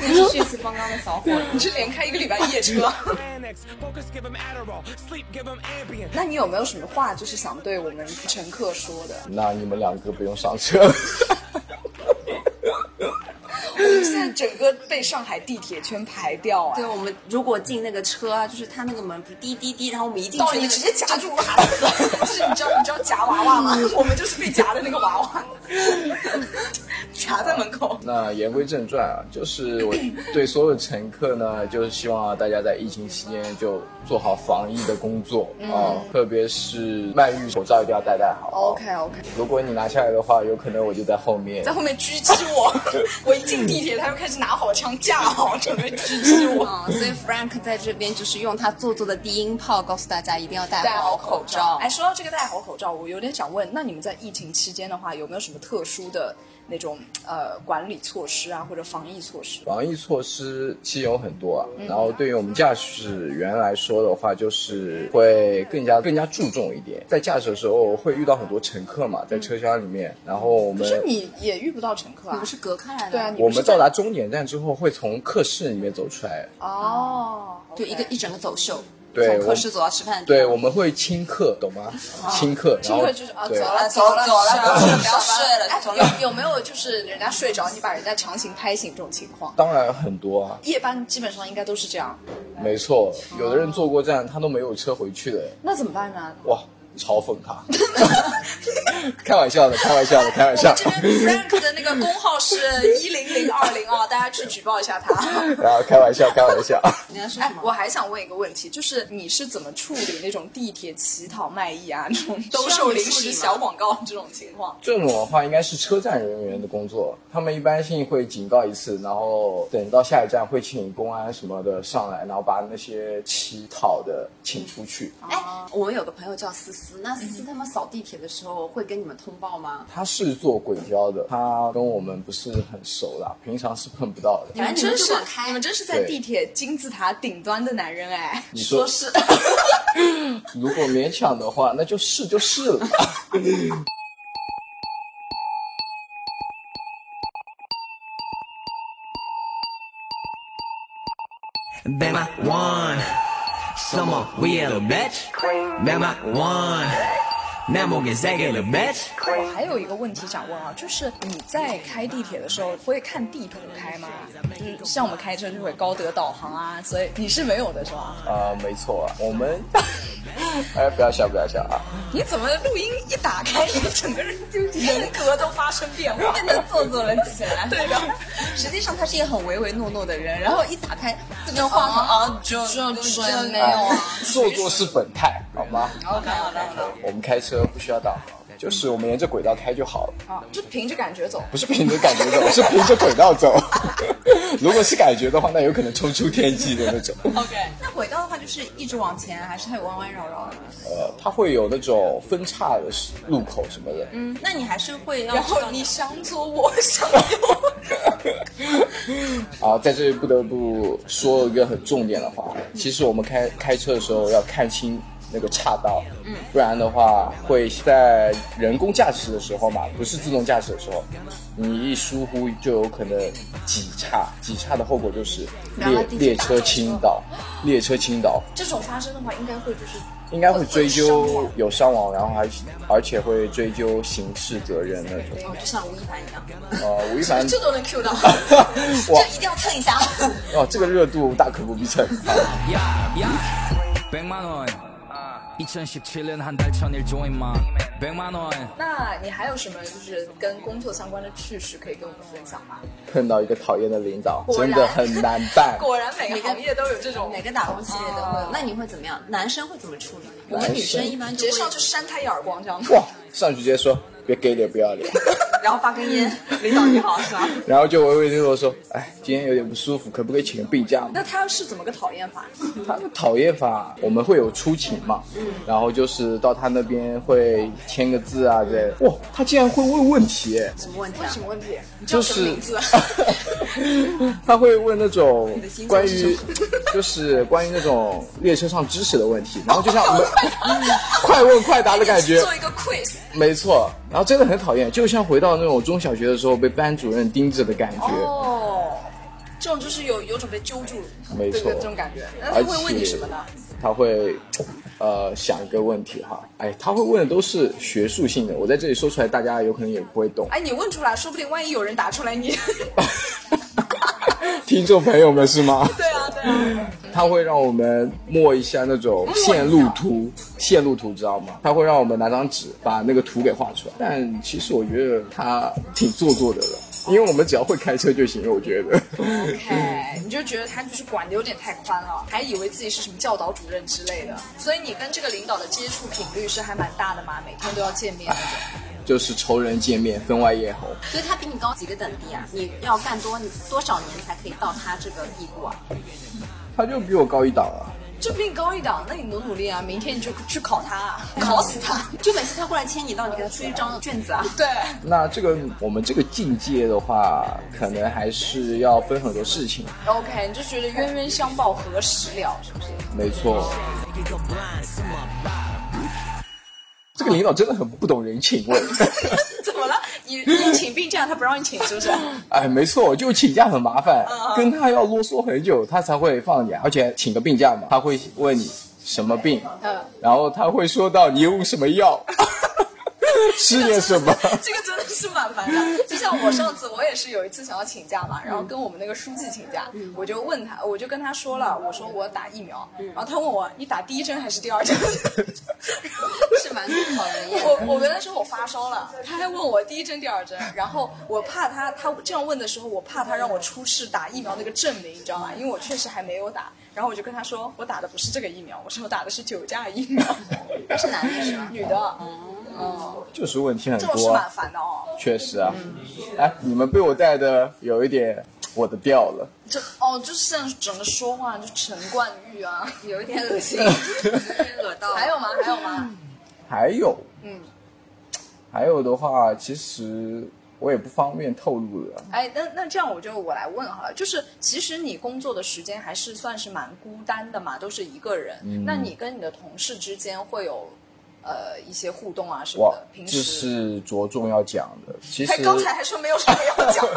[SPEAKER 2] 你是血气方刚的小伙，你去连开一个礼拜夜 [LAUGHS] 车。
[SPEAKER 7] Xanax, focus, give 'em Adderall, sleep, give 'em Ambien.
[SPEAKER 2] 那你有没有什么话就是想对我们乘客说的？
[SPEAKER 4] 那你们两个不用上车。 [LAUGHS]
[SPEAKER 2] 我们 [LAUGHS] 现在整个被上海地铁圈排掉啊
[SPEAKER 1] 对，！我们如果进那个车啊，就是他那个门不滴滴滴，然后我们一进
[SPEAKER 2] 到
[SPEAKER 1] 去，
[SPEAKER 2] 你
[SPEAKER 1] 那个
[SPEAKER 2] 直接夹住娃子， [LAUGHS] 就是你知道你知道夹娃娃吗？ [LAUGHS] 我们就是被夹的那个娃 [LAUGHS] 娃，夹在门口。
[SPEAKER 4] 那言归正传啊，就是我对所有乘客呢，就是希望大家在疫情期间就做好防疫的工作啊、特别是卖玉口罩一定要戴戴好。
[SPEAKER 2] OK OK，
[SPEAKER 4] 如果你拿下来的话，有可能我就在后面
[SPEAKER 2] 在。后面狙击 [LAUGHS] 我，我一进地铁他就开始拿好枪架好，准备狙击我。
[SPEAKER 1] 嗯，所以 Frank 在这边就是用他做作的低音炮告诉大家一定要戴
[SPEAKER 2] 戴好
[SPEAKER 1] 好
[SPEAKER 2] 口
[SPEAKER 1] 口
[SPEAKER 2] 罩。
[SPEAKER 1] 罩。
[SPEAKER 2] 哎，说到这个戴好口罩，我有点想问，那你们在疫情期间的话，有没有什么特殊的那种呃管理措施啊，或者防疫措施？
[SPEAKER 4] 防疫措施其实有很多啊，
[SPEAKER 2] 嗯
[SPEAKER 4] 然后对于我们驾驶员来说的话，就是会更加更加注重一点。在驾驶的时候会遇到很多乘客嘛，在车厢里面，然后我
[SPEAKER 2] 嗯可
[SPEAKER 4] 们
[SPEAKER 2] 是你也呃遇不到乘客
[SPEAKER 1] 你
[SPEAKER 2] 啊
[SPEAKER 1] 不。是隔开来的？
[SPEAKER 2] 对啊，你
[SPEAKER 4] 我
[SPEAKER 2] 不是
[SPEAKER 4] 们
[SPEAKER 2] 在
[SPEAKER 4] 到达终点站之后会从客室里面走出来，
[SPEAKER 2] 哦，
[SPEAKER 1] 就一个一整个走秀，
[SPEAKER 4] 对
[SPEAKER 1] 从
[SPEAKER 4] 我
[SPEAKER 1] 科室走到吃饭的地
[SPEAKER 4] 对，
[SPEAKER 1] 方
[SPEAKER 4] 我们会清客，懂吗？清客，然
[SPEAKER 2] 乘
[SPEAKER 4] 后
[SPEAKER 2] 哦客就是啊，走
[SPEAKER 4] 对，
[SPEAKER 2] 了
[SPEAKER 1] 走
[SPEAKER 2] 了
[SPEAKER 1] 了
[SPEAKER 2] 走
[SPEAKER 1] 走了
[SPEAKER 2] 不
[SPEAKER 1] 不
[SPEAKER 2] 要
[SPEAKER 1] 要
[SPEAKER 2] 睡
[SPEAKER 1] 睡
[SPEAKER 2] 了
[SPEAKER 1] 了
[SPEAKER 2] 哎
[SPEAKER 1] 走了
[SPEAKER 2] 有有没有就是人家睡着，你把人家强行拍醒这种情况？
[SPEAKER 4] 当然很多啊，
[SPEAKER 2] 夜班基本上应该都是这样，
[SPEAKER 4] 没错，有的人坐过站，他都没有车回去的，
[SPEAKER 2] 那怎么办呢？
[SPEAKER 4] 哇，嘲讽
[SPEAKER 2] [LAUGHS]
[SPEAKER 4] 他， [LAUGHS] 开玩笑的，开玩笑的，开玩
[SPEAKER 2] 我
[SPEAKER 4] 笑
[SPEAKER 2] 们。这边 Frank 的那个工号是一零零二零啊，大家去举报一下他。
[SPEAKER 4] [LAUGHS] 然后啊开玩笑，开玩笑。
[SPEAKER 1] 人家说
[SPEAKER 2] 哎
[SPEAKER 1] 什，么？
[SPEAKER 2] 我还想问一个问题，就是你是怎么处理那种地铁乞讨卖
[SPEAKER 1] [LAUGHS]
[SPEAKER 2] 艺啊，那种兜售零食小广告这种情况？
[SPEAKER 4] 这种的话应该是车站人员的工作，他们一般性会警告一次，然后等到下一站会请公安什么的上来，然后把那些乞讨的请出去。
[SPEAKER 1] 哎，我们有个朋友叫思思，那思思他们扫地铁的时候会跟你们通报吗？
[SPEAKER 4] 他是做轨交的，他跟我们不是很熟啦，平常是碰不到的。
[SPEAKER 1] 你们
[SPEAKER 2] 真
[SPEAKER 1] 就是管开
[SPEAKER 2] 你们真是在
[SPEAKER 4] 对
[SPEAKER 2] 地铁金字塔顶端的男人哎！
[SPEAKER 4] 你说
[SPEAKER 2] 是，
[SPEAKER 4] 如果勉强的话，那就是就是了。 [LAUGHS]
[SPEAKER 9] Bam, I won. Summer, we at a bitch. Bam, I won. Now, more get zag at a bitch.
[SPEAKER 2] 我还有一个问题想问啊，就是你在开地铁的时候会看地图开吗？就是像我们开车就会高德导航啊，所以你是没有的是吧？
[SPEAKER 4] 啊、没错，我们， [LAUGHS] 哎，不要笑，不要笑啊！
[SPEAKER 2] 你怎么录音一打开，你整个人就人格都发生变化，变得做作了起来。对的，
[SPEAKER 1] 实际上他是一个很唯唯诺诺的人，然后一打开这边话啊，就就就没有
[SPEAKER 4] 啊，做作是本态，好吗？
[SPEAKER 2] OK，好的，好的。
[SPEAKER 4] 我们开车不需要导航，就是我们沿着轨道开就好了。
[SPEAKER 2] 啊，就凭着感觉走。
[SPEAKER 4] 不是凭着感觉走，是凭着轨道走。 [LAUGHS] 如果是感觉的话，那有可能冲出天际的那种。
[SPEAKER 2] OK，
[SPEAKER 1] 那轨道的话就是一直往前，还是它有弯弯绕绕的？
[SPEAKER 4] 呃，它会有那种分叉的路口什么的。
[SPEAKER 1] 嗯，那你还是会要
[SPEAKER 2] 然
[SPEAKER 1] 知道
[SPEAKER 2] 后你想左，我想右。
[SPEAKER 4] 啊，在这里不得不说一个很重点的话，其实我们开开车的时候要看清那个岔道，嗯，不然的话会在人工驾驶的时候嘛，不是自动驾驶的时候，你一疏忽就有可能挤岔，挤岔的后果就是列列车倾倒，列车倾倒。
[SPEAKER 2] 这种发生的话，应该会就是
[SPEAKER 4] 应该会追
[SPEAKER 2] 会伤
[SPEAKER 4] 究
[SPEAKER 2] 亡
[SPEAKER 4] 有伤亡，然后还而且会追究刑事责任那种。
[SPEAKER 1] 哦，就像吴亦凡一样，
[SPEAKER 4] 呃，吴亦 [LAUGHS] 凡，
[SPEAKER 2] 这都能 Q 到。
[SPEAKER 4] 哇
[SPEAKER 1] 这一定要蹭一下。
[SPEAKER 4] 哦，这个热度大可不必 [LAUGHS] 蹭。
[SPEAKER 9] 야, 야. 100만 원. 2017년 한 달 전 일조인마. 100만 원.
[SPEAKER 2] 那你还有什么就是跟工作相关的趣事可以跟我们分享吗？
[SPEAKER 4] 碰到一个讨厌的领导，
[SPEAKER 2] 果然
[SPEAKER 4] 真的很难办。
[SPEAKER 2] 果然每个行业都有这种
[SPEAKER 1] 每个打工系列都会
[SPEAKER 2] 哦
[SPEAKER 1] 有。那你会怎么样？男生会怎么处理？我们
[SPEAKER 4] 男
[SPEAKER 1] 女生
[SPEAKER 4] 生
[SPEAKER 1] 一般就
[SPEAKER 2] 直接
[SPEAKER 1] 会
[SPEAKER 2] 上去扇他一耳光这样子。
[SPEAKER 4] 哇，上去直接说别给脸不要脸， [LAUGHS]
[SPEAKER 2] 然后发根烟，领导你好
[SPEAKER 1] [LAUGHS]
[SPEAKER 2] 是吧？
[SPEAKER 4] 然后就唯唯诺诺说，哎，今天有点不舒服，可不可以请个病假？
[SPEAKER 2] 那他是怎么个讨厌法？
[SPEAKER 4] 他们讨厌法，我们会有出勤嘛，然后就是到他那边会签个字啊之类的。哇，他竟然会问问题，哎
[SPEAKER 1] 什么问题
[SPEAKER 2] 问
[SPEAKER 1] 啊
[SPEAKER 2] 什？么问啊题？你叫
[SPEAKER 4] 就 [LAUGHS]
[SPEAKER 2] 什
[SPEAKER 4] 是
[SPEAKER 2] 么名字？
[SPEAKER 4] 他会问那种关于 [LAUGHS] 就是关于那种列车上知识的问题，然后就像 [LAUGHS] 快问快答的感
[SPEAKER 2] [LAUGHS]
[SPEAKER 4] 觉，
[SPEAKER 2] 做一个 quiz，
[SPEAKER 4] 没错，然后真的很讨厌，就像回到那种中小学的时候被班主任盯着的感觉，
[SPEAKER 2] 哦，这种就是有有种被揪住，
[SPEAKER 4] 没
[SPEAKER 2] 对
[SPEAKER 4] 错
[SPEAKER 2] 对，这种感觉。那他
[SPEAKER 4] 而
[SPEAKER 2] 会问你什
[SPEAKER 4] 且
[SPEAKER 2] 么呢？
[SPEAKER 4] 他会呃想一个问题哈，哎，他会问的都是学术性的，我在这里说出来，大家有可能也不会懂。 [LAUGHS]
[SPEAKER 2] 哎，你问出来，说不定万一有人答出来你， [LAUGHS]
[SPEAKER 4] 听众朋友们是吗？
[SPEAKER 2] 对啊对啊，
[SPEAKER 4] 他会让我们默一下那种线路图，线路图知道吗？他会让我们拿张纸把那个图给画出来。但其实我觉得他挺做作的了，因为我们只要会开车就行了。我觉得嗯
[SPEAKER 2] 哎，你就觉得他就是管的有点太宽了，还以为自己是什么教导主任之类的，所以你跟这个领导的接触频率是还蛮大的嘛，每天都要见面那种。
[SPEAKER 4] [LAUGHS] 就是仇人见面分外眼红。
[SPEAKER 10] 所以他比你高几个等级啊？你要干多多少年才可以到他这个地步啊？
[SPEAKER 4] 他就比我高一档啊，
[SPEAKER 2] 这比你高一档，那你努努力啊，明天你就去考他啊，考死他。
[SPEAKER 10] 就每次他过来签你到，你给他出一张卷子啊？
[SPEAKER 2] 对，
[SPEAKER 4] 那这个我们这个境界的话，可能还是要分很多事情。
[SPEAKER 2] OK，你就觉得冤冤相报何时了，是不 [LAUGHS] 是？
[SPEAKER 4] 没错。这个领导真的很不懂人情味。
[SPEAKER 2] 怎么了？你你请病假，他不让你请，是不是？
[SPEAKER 4] 哎，没错，就请假很麻烦，
[SPEAKER 2] 嗯
[SPEAKER 4] 跟他要啰嗦很久，他才会放你啊。而且请个病假嘛，他会问你什么病，
[SPEAKER 2] 嗯
[SPEAKER 4] 然后他会说到你用什么药， [LAUGHS] 吃点什么。
[SPEAKER 2] 这个真的是蛮烦的。就像我上次，我也是有一次想要请假嘛，然后跟我们那个书记请假，我就问他，我就跟他说了，我说我打疫苗，然后他问我你打第一针还是第二针？ [LAUGHS]
[SPEAKER 1] 是蛮讨人厌的。
[SPEAKER 2] 我我跟他说我发烧了，他还问我第一针第二针，然后我怕他他这样问的时候，我怕他让我出示打疫苗那个证明，你知道吗？因为我确实还没有打，然后我就跟他说我打的不是这个疫苗，我说我打的是九价疫苗，
[SPEAKER 10] [LAUGHS] 是男的是吧？嗯
[SPEAKER 2] 女的，
[SPEAKER 4] 就是问题很
[SPEAKER 2] 这种是嗯
[SPEAKER 4] 多
[SPEAKER 2] 蛮
[SPEAKER 4] 啊，
[SPEAKER 2] 烦的哦。
[SPEAKER 4] 确实啊。哎，你们被我带的有一点我的调了。
[SPEAKER 2] 这哦，就是像整个说话就陈冠玉啊，
[SPEAKER 1] [LAUGHS] 有一点恶心，有一点
[SPEAKER 2] [LAUGHS]
[SPEAKER 1] 恶到。
[SPEAKER 2] 还有吗？还有吗？
[SPEAKER 4] 还有，嗯，还有的话，其实我也不方便透露了。
[SPEAKER 2] 哎，那那这样我就我来问好了，就是其实你工作的时间还是算是蛮孤单的嘛，都是一个人。
[SPEAKER 4] 嗯
[SPEAKER 2] 那你跟你的同事之间会有呃一些互动啊什么
[SPEAKER 4] 哇
[SPEAKER 2] 的？，平
[SPEAKER 4] 这
[SPEAKER 2] 时
[SPEAKER 4] 是着重要讲的。其
[SPEAKER 2] 还
[SPEAKER 4] 实
[SPEAKER 2] 刚才还说没有什么要讲。 [LAUGHS]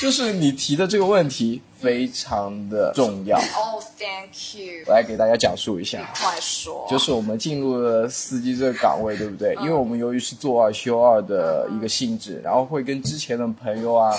[SPEAKER 4] 就是你提的这个问题非常的重要，
[SPEAKER 1] Oh,
[SPEAKER 2] 哦、t h a n k you，
[SPEAKER 4] 我来给大家讲述一下。
[SPEAKER 2] [LAUGHS] 快说。
[SPEAKER 4] 就是我们进入了司机这个岗位，对不
[SPEAKER 2] 嗯
[SPEAKER 4] 对？因为我们由于是做二休二的一个性质，然后会跟之前的朋友啊，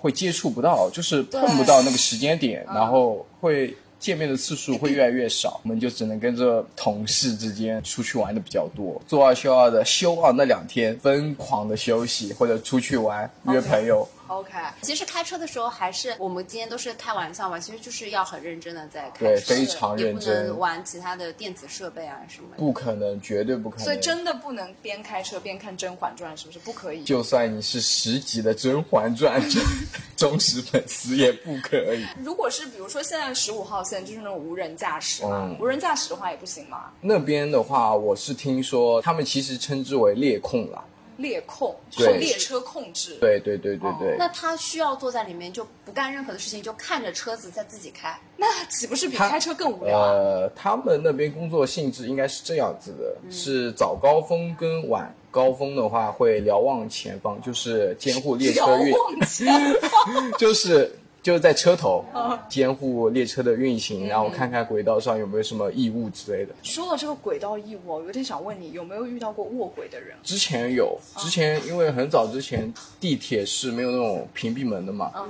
[SPEAKER 4] 会接触不到，就是碰不到那个时间点，然后会见面的次
[SPEAKER 2] 嗯
[SPEAKER 4] 数会越来越少，我们就只能跟着同事之间出去玩的比较多。做二休二的休二那两天，疯狂的休息或者出去玩约朋友。
[SPEAKER 2] OK，
[SPEAKER 10] 其实开车的时候还是我们今天都是开玩笑嘛，其实就是要很认真的在开
[SPEAKER 4] 对
[SPEAKER 10] 车，
[SPEAKER 4] 非常认真
[SPEAKER 10] 也不能玩其他的电子设备啊什么的。
[SPEAKER 4] 不可能，绝对不可能。
[SPEAKER 2] 所以真的不能边开车边看《甄嬛传》，是不是？不可以。
[SPEAKER 4] 就算你是十级的《甄嬛传》 [LAUGHS] 忠实粉丝，也不可以。
[SPEAKER 2] 如果是比如说现在十五号线就是那种无人驾驶嘛，
[SPEAKER 4] 嗯
[SPEAKER 2] 无人驾驶的话也不行嘛，
[SPEAKER 4] 那边的话，我是听说他们其实称之为列控啦。
[SPEAKER 2] 列控就是
[SPEAKER 4] 对
[SPEAKER 2] 列车控制。
[SPEAKER 4] 对对对对
[SPEAKER 2] 哦
[SPEAKER 4] 对，
[SPEAKER 10] 那他需要坐在里面就不干任何的事情，就看着车子在自己开。
[SPEAKER 2] 那岂不是比
[SPEAKER 4] 他
[SPEAKER 2] 开车更无聊啊？
[SPEAKER 4] 呃，他们那边工作性质应该是这样子的，
[SPEAKER 2] 嗯
[SPEAKER 4] 是早高峰跟晚高峰的话会瞭望前方，就是监护列
[SPEAKER 2] 遥
[SPEAKER 4] 车
[SPEAKER 2] [LAUGHS]
[SPEAKER 4] 呃运，
[SPEAKER 2] 望前方，
[SPEAKER 4] 就是。就是在车头
[SPEAKER 2] 哦
[SPEAKER 4] 监护列车的运
[SPEAKER 2] 嗯
[SPEAKER 4] 行，然后看看轨道上有没有什么异物之类的。
[SPEAKER 2] 说到这个轨道异物，我有点想问你，有没有遇到过卧轨的人？
[SPEAKER 4] 之前有，
[SPEAKER 2] 哦
[SPEAKER 4] 之前因为很早之前地铁是没有那种屏蔽门的嘛，
[SPEAKER 2] 嗯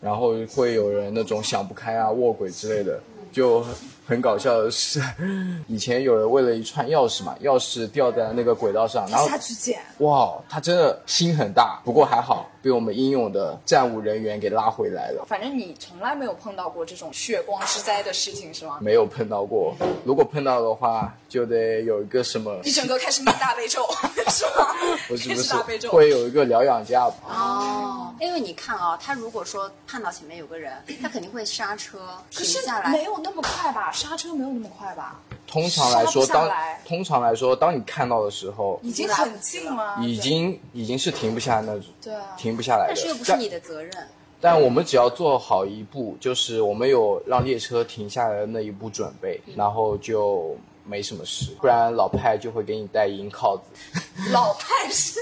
[SPEAKER 4] 然后会有人那种想不开啊、卧轨之类的，就很搞笑的是， [LAUGHS] 以前有人为了一串钥匙嘛，钥匙掉在那个轨道上，然后
[SPEAKER 2] 下去捡，
[SPEAKER 4] 哇，他真的心很大，不过还好被我们英勇的站务人员给拉回来了。
[SPEAKER 2] 反正你从来没有碰到过这种血光之灾的事情是吗？
[SPEAKER 4] 没有碰到过，如果碰到的话，就得有一个什么
[SPEAKER 2] 一整个开始念大悲咒
[SPEAKER 4] [LAUGHS]
[SPEAKER 2] 是吗？
[SPEAKER 4] 不是
[SPEAKER 2] 开
[SPEAKER 4] 不
[SPEAKER 2] 始
[SPEAKER 4] 是
[SPEAKER 2] 大悲，咒。
[SPEAKER 4] 会有一个疗养家吧
[SPEAKER 10] 哦，因为你看啊、他如果说看到前面有个人，他肯定会刹车
[SPEAKER 2] 可
[SPEAKER 10] 停
[SPEAKER 2] 是
[SPEAKER 10] 下
[SPEAKER 2] 没
[SPEAKER 10] 来。
[SPEAKER 2] 有那么快吧？刹车没有那么快吧？
[SPEAKER 4] 通常来
[SPEAKER 2] 刹
[SPEAKER 4] 说，
[SPEAKER 2] 不下
[SPEAKER 4] 当
[SPEAKER 2] 来
[SPEAKER 4] 通常来说，当你看到的时候，
[SPEAKER 2] 已经很近了，
[SPEAKER 4] 已经已经是停不下那，
[SPEAKER 2] 对啊
[SPEAKER 4] 停不下来的。
[SPEAKER 10] 但是又不是你的责任，
[SPEAKER 4] 但我们只要做好一步，就是我们有让列车停下来的那一步准备，
[SPEAKER 2] 嗯
[SPEAKER 4] 然后就没什么事。不然老派就会给你戴银铐子。
[SPEAKER 1] 老派是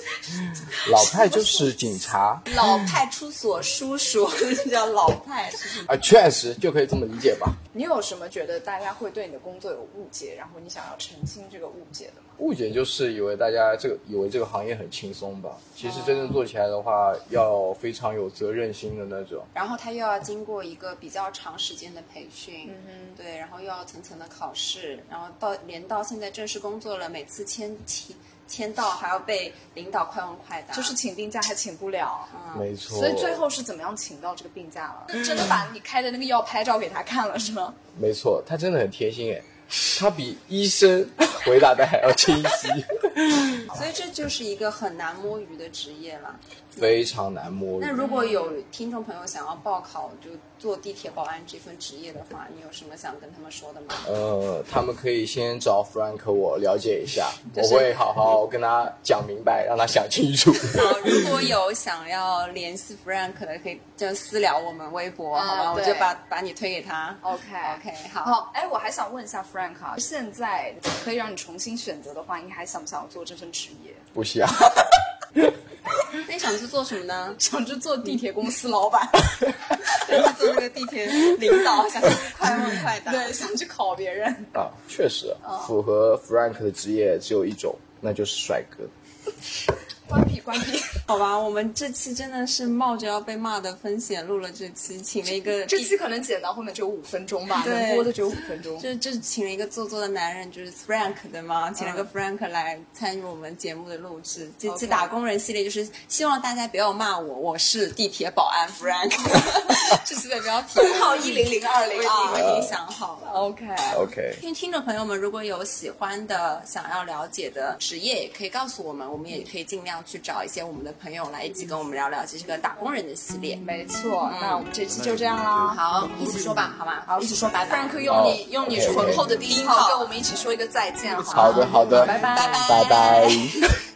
[SPEAKER 4] 老派就是警察
[SPEAKER 2] 嗯
[SPEAKER 1] 老派出所叔
[SPEAKER 10] [LAUGHS]
[SPEAKER 1] 叔，叫老派是什么？
[SPEAKER 4] 啊，确实就可以这么理解吧。
[SPEAKER 2] 你有什么觉得大家会对你的工作有误解，然后你想要澄清这个误解的吗？
[SPEAKER 4] 误解就是以为大家这个以为这个行业很轻松吧，其
[SPEAKER 2] 啊
[SPEAKER 4] 实真正做起来的话，要非常有责任心的那种。
[SPEAKER 10] 然后他又要经过一个比较长时间的培训，嗯对，然后又要层层的考试，然后到连到现在正式工作了，每次签签签到还要被领导快问快答，
[SPEAKER 2] 就是请病假还请不了，嗯
[SPEAKER 4] 没错。
[SPEAKER 2] 啊所以最后是怎么样请到这个病假了？真的把你开的那个药拍照给他看了是吗？
[SPEAKER 4] 没错，他真的很贴心哎，他比医生回答的还要清晰， [LAUGHS]
[SPEAKER 1] 所以这就是一个很难摸鱼的职业了。
[SPEAKER 4] 非常难摸鱼
[SPEAKER 1] 那。如
[SPEAKER 2] 嗯
[SPEAKER 1] 果有听众朋友想要报考就做地铁保安这份职业的话，你有什么想跟他们说的吗？
[SPEAKER 4] 呃，他们可以先找 Frank 我了解一下，
[SPEAKER 1] 就是
[SPEAKER 4] 我会好好跟他讲明白，让他想清楚。 [LAUGHS]
[SPEAKER 1] 好，呃如果
[SPEAKER 10] [LAUGHS]
[SPEAKER 1] 有想要联系 Frank 的，可以就私聊我们微博，
[SPEAKER 2] 啊
[SPEAKER 1] 好吧？我
[SPEAKER 2] 对
[SPEAKER 1] 就把把你推给他。
[SPEAKER 2] [LAUGHS]
[SPEAKER 10] 哦
[SPEAKER 2] OK
[SPEAKER 1] OK，好。
[SPEAKER 2] 好，哎，我还想问一下 Frank 啊，现在可以让你重新选择的话，你还想不想要做这份职业？
[SPEAKER 4] 不想，
[SPEAKER 1] 那你想去做什么呢？
[SPEAKER 2] [LAUGHS] 想去做地铁公司老
[SPEAKER 1] [LAUGHS]
[SPEAKER 2] 板，
[SPEAKER 1] 想去做那个地铁领导，想去快问快
[SPEAKER 2] [LAUGHS]
[SPEAKER 1] 答。
[SPEAKER 2] 对，想去考别人。
[SPEAKER 4] [LAUGHS] 啊，确实、
[SPEAKER 1] 哦
[SPEAKER 4] 符合 Frank 的职业只有一种，那就是帅哥。
[SPEAKER 2] 关闭，关闭。
[SPEAKER 1] 好吧，我们这期真的是冒着要被骂的风险录了这期，请了一个
[SPEAKER 2] 这期可能剪到后面只有五分钟吧，
[SPEAKER 1] 对
[SPEAKER 2] 能播的只有五分 [LAUGHS] 钟。
[SPEAKER 1] 这这请了一个做作的男人，就是 Frank 对吗？请了个 Frank 来参与我们节目的录制。这期
[SPEAKER 2] OK
[SPEAKER 1] 打工人系列就是希望大家不要骂我，我是地铁保安 [LAUGHS] Frank。这期的标题 [LAUGHS]
[SPEAKER 2] 号10020啊
[SPEAKER 1] 我已经我已经想好了。
[SPEAKER 2] OK，
[SPEAKER 4] OK，
[SPEAKER 1] 因为听众朋友们，如果有喜欢的、想要了解的职业，也可以告诉我们，我们也可以尽量去找一些我们的朋友来一起跟我们聊聊这是个打工人的系列。
[SPEAKER 2] 没错，那我们这期就这样啦。
[SPEAKER 1] 好，一起说吧，好吗？好，一起说拜拜。
[SPEAKER 2] Frank 用你
[SPEAKER 4] 嗯好
[SPEAKER 2] 用你
[SPEAKER 4] OK，OK
[SPEAKER 2] 醇厚的低音炮跟我们一起说一个再见，好
[SPEAKER 4] 好
[SPEAKER 2] 吗？
[SPEAKER 4] 的，好的，
[SPEAKER 2] 拜拜
[SPEAKER 4] 拜拜。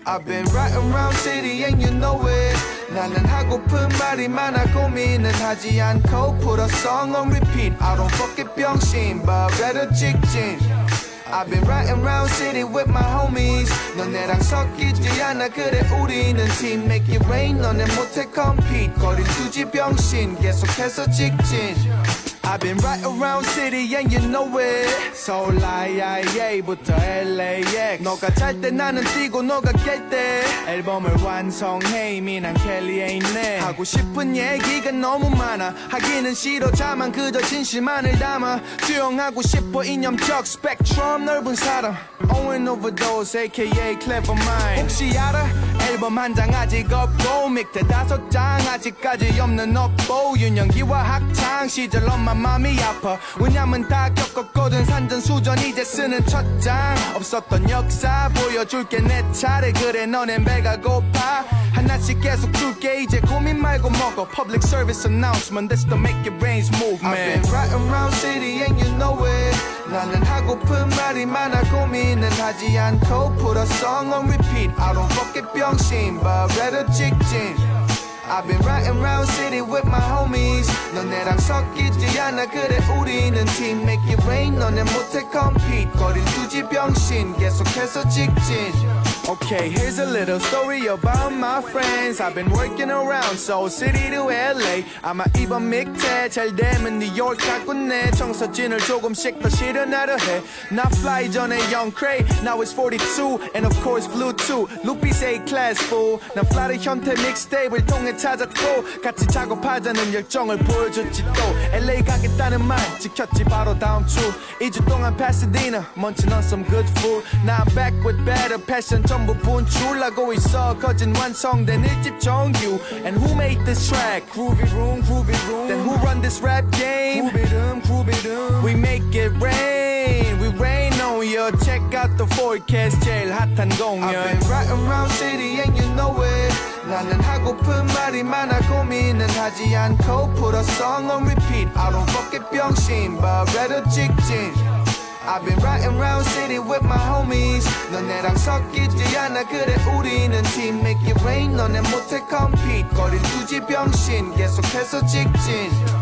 [SPEAKER 8] I've been right around city and you know it 나는 하고픈 말이 많아 고민은 하지 않고 put a song on repeat I don't fuck it 병신 but better 직진 I've been right around city with my homies 너네랑 섞이지 않아 그래 우리는 team make it rain 너네 못해 compete 거리 두지 병신 계속해서 직진 I've been right around city and you know it 서울 IIA부터 LAX 너가 잘 때 나는 뛰고 너가 깰 때 앨범을 완성해 이미 난 켈리에 있네 하고 싶은 얘기가 너무 많아 하기는 싫어 자만 그저 진실만을 담아 수용하고 싶어 이념적 스펙트럼 넓은 사람 Owen Overdose aka Clever Mind 혹시 알아? 앨범 한 장 아직 없고 밑에 다섯 장 아직까지 없는 업보 유년기와 학창 시절 엄마 맘이 아파 왜냐면 다 겪었거든 산전수전 이제 쓰는 첫 장 없었던 역사 보여줄게 내 차례 그래 너넨 배가 고파 하나씩 계속 줄게 이제 고민 말고 먹어 Public service announcement That's the make it rain movement I've been right around city and you know it 나는 하고픈 말이 많아 고민은 하지 않고 Put a song on repeat I don't fuck it 병신 But rather 직진 I've been riding round city with my homies 너네랑 섞이지 않아 그래 우리는 team Make it rain 너네 못해 compete 거리 두지 병신 계속해서 직진 Okay, here's a little story about my friends. I've been working around Seoul City to LA. 아마 이번 밑에 잘 되면 뉴욕 가꾼네. 청사진을 조금씩 더 실현하려 해. Not fly 전에 young cray. Now it's 42 and of course blue too. Loopy's A class fool. 난 fly의 현태 믹스테이블 통해 찾았고 같이 작업하자는 열정을 보여줬지 또. LA 가겠다는 말 지켰지 바로 다음 주. 2주 동안 Pasadena munching on some good food. Now I'm back with better passion 전부 분출하고 있어 거진 완성된 일집 정규. And who made this track? Groovy room, groovy room. Then who run this rap game? Groovy room, groovy room. We make it rain, we rain on you. Check out the forecast 제일 핫한 공연. I've been right around city and you know it. 나는 하고픈 말이 많아 고민은 하지 않고 put a song on repeat. I don't fuck it 병신 but rather 직진. I've been riding round city with my homies 너 내랑 섞이지 않아 그래 우리는 팀 Make it rain 너네 못해 compete 거린 두지 병신 계속해서 직진